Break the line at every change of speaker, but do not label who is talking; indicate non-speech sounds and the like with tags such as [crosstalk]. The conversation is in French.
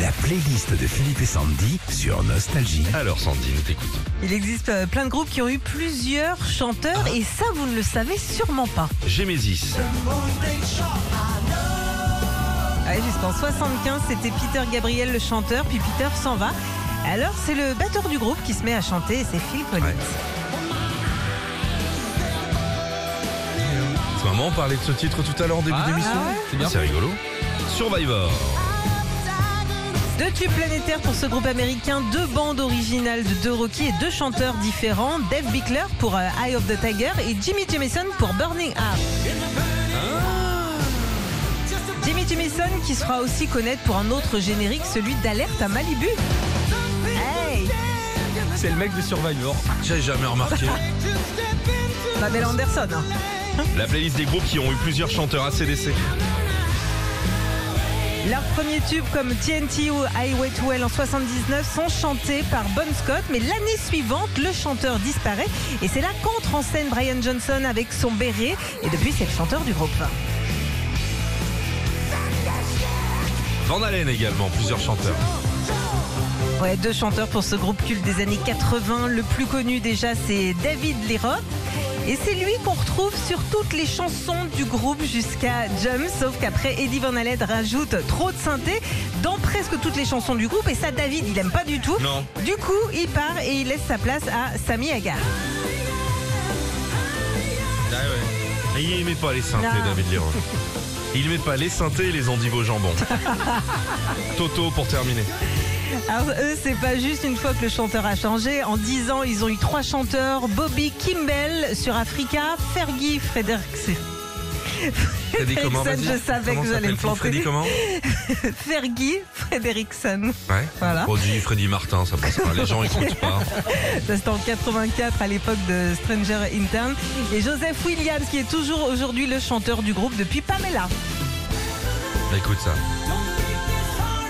La playlist de Philippe et Sandy sur Nostalgie.
Alors Sandy, nous t'écoutons.
Il existe euh, plein de groupes qui ont eu plusieurs chanteurs et ça, vous ne le savez sûrement pas.
Gémésis,
Ouais, Jusqu'en 75, c'était Peter Gabriel le chanteur, puis Peter s'en va. Alors, c'est le batteur du groupe qui se met à chanter et c'est Phil Collins.
Ouais. c'est maman, on parlait de ce titre tout à l'heure en début
Ah,
d'émission.
ah ouais
C'est bien.
C'est rigolo. Survivor,
Deux tubes planétaires pour ce groupe américain, deux bandes originales de deux Rocky et deux chanteurs différents. Dave Bickler pour euh, Eye of the Tiger et Jimmy Jameson pour Burning Up. Jimmy Jameson qui sera aussi connaître pour un autre générique, celui d'Alerte à Malibu. Hey
C'est le mec de Survivor.
j'ai jamais
[laughs]
remarqué.
Babel Anderson. hein.
La playlist des groupes qui ont eu plusieurs chanteurs ACDC.
Leurs premiers tubes comme TNT ou Highway to Hell en 79 sont chantés par Bon Scott, mais l'année suivante, le chanteur disparaît et c'est là qu'entre en scène Brian Johnson avec son béret et depuis c'est le chanteur du groupe.
Van Halen également, plusieurs chanteurs.
Ouais, deux chanteurs pour ce groupe culte des années 80. Le plus connu déjà, c'est David Leroth. Et c'est lui qu'on retrouve sur toutes les chansons du groupe jusqu'à Jump, sauf qu'après Eddie Van Halen rajoute trop de synthé dans presque toutes les chansons du groupe. Et ça, David, il aime pas du tout.
Non.
Du coup, il part et il laisse sa place à Sammy Hagar.
Et il aimait pas les synthés,
Ah Non.
David Leroy. Il aimait pas les synthés et les endives au
[laughs]
jambon. Toto pour terminer.
Alors eux, c'est pas juste une fois que le chanteur a changé. En 10 ans, ils ont eu trois chanteurs Bobby Kimbell sur Africa, Fergie Fredericks.
T'as dit comment
Ericsson,
vas-y
je savais
Comment
que vous
s'appelle
allez me planter.
Freddy comment
[laughs] Fergie Frederickson.
Ouais.
Voilà.
Bon, dis Freddy Martin, ça passe pas. Les gens écoutent
[laughs]
pas.
Ça, C'était en 84 à l'époque de Stranger in Town. Et Joseph Williams qui est toujours aujourd'hui le chanteur du groupe depuis Pamela.
Bah, Écoute ça.